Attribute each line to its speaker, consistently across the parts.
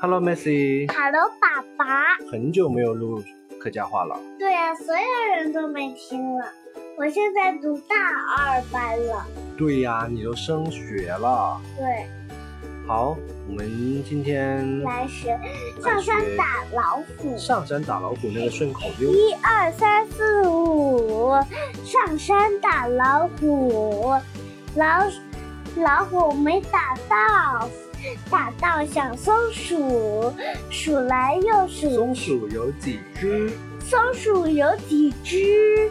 Speaker 1: Hello Messi，
Speaker 2: Hello，爸爸。
Speaker 1: 很久没有录客家话了。
Speaker 2: 对呀、所有人都没听了。我现在读大二班了。
Speaker 1: 对呀、你都升学了。
Speaker 2: 对，
Speaker 1: 好，我们今天
Speaker 2: 来学上山打老虎。
Speaker 1: 上山打老虎那个顺口溜，
Speaker 2: 一二三四五，上山打老虎，老老虎没打到，打到小松鼠，数来又数，
Speaker 1: 松鼠有几只？
Speaker 2: 松鼠有几只？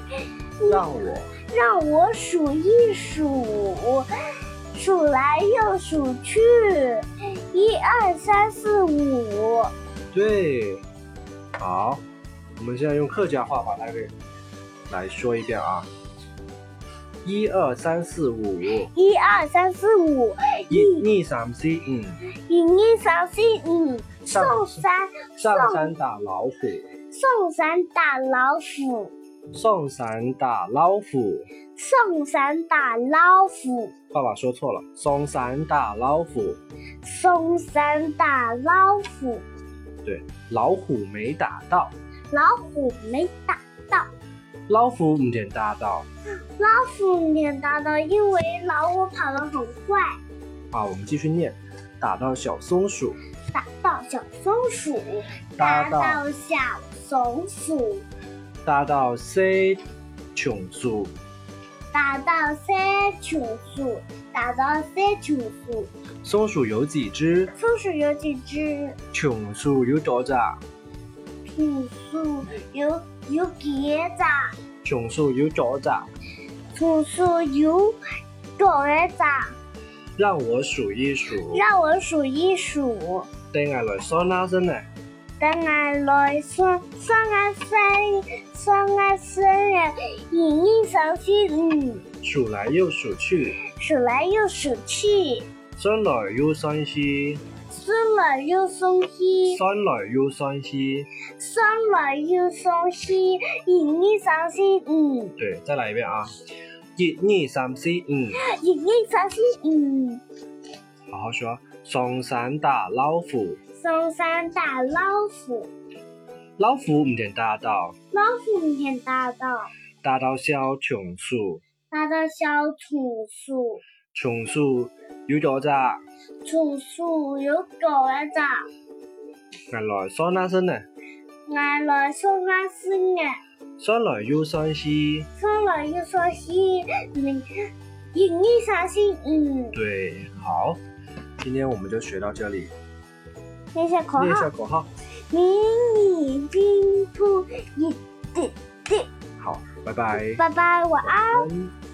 Speaker 1: 让我
Speaker 2: 让我数一数，数来又数去，一二三四五，
Speaker 1: 对。好，我们现在用客家话把它给来说一遍啊。一二三四五，
Speaker 2: 一二三四五，
Speaker 1: 一、二、三、嗯四、五，
Speaker 2: 一二三四五，
Speaker 1: 上
Speaker 2: 送伞
Speaker 1: 上山打老虎，
Speaker 2: 送伞打老虎，
Speaker 1: 上山打老虎。
Speaker 2: 送伞打老虎，
Speaker 1: 爸爸说错了，松山打老虎，
Speaker 2: 送伞打老虎，
Speaker 1: 对，老虎没打到，
Speaker 2: 老虎没打到，
Speaker 1: 老虎唔点打到。
Speaker 2: 老虎没打到，因为老虎跑得很快，
Speaker 1: 好，啊我们继续念，打到小松鼠，
Speaker 2: 打到小松鼠。
Speaker 1: 打
Speaker 2: 打
Speaker 1: 到
Speaker 2: 到小松鼠，
Speaker 1: 打到 C 穷鼠，
Speaker 2: 打到三球鼠，打到三球鼠。
Speaker 1: 松鼠有几只？
Speaker 2: 松鼠有几只？
Speaker 1: 穷鼠有多只？啊
Speaker 2: 松鼠有有几只？
Speaker 1: 穷鼠有多只？啊
Speaker 2: 松鼠有多少只？
Speaker 1: 让我数一数，
Speaker 2: 让我数一数。
Speaker 1: 等下来算啦真呢。
Speaker 2: 等俺来算算俺三，算俺三呀，一二三四五，
Speaker 1: 数来又数去，
Speaker 2: 数来又数去，
Speaker 1: 算来又算去，
Speaker 2: 算来又算去。
Speaker 1: 算来又算去。
Speaker 2: 酸来又酸西，一二三四五，
Speaker 1: 对，再来一遍啊，一、二、三、四、五。
Speaker 2: 一二三四五。
Speaker 1: 好好说。松山打老虎，
Speaker 2: 松山打老虎，
Speaker 1: 老虎唔点打到，
Speaker 2: 老虎面大道，
Speaker 1: 打到小松鼠，
Speaker 2: 大到小土鼠，
Speaker 1: 松鼠有多只？
Speaker 2: 土鼠有狗啊儿子，
Speaker 1: 原来算那声呢，
Speaker 2: 俺来松山四眼，
Speaker 1: 算来又算西。
Speaker 2: 酸来又酸西，一一二三四五。
Speaker 1: 对，好，今天我们就学到这里。
Speaker 2: 念一下口
Speaker 1: 念一下
Speaker 2: 号：
Speaker 1: 口号，
Speaker 2: 迷你冰兔一滴滴。
Speaker 1: 好，拜拜。
Speaker 2: 拜拜，晚安。
Speaker 1: 嗯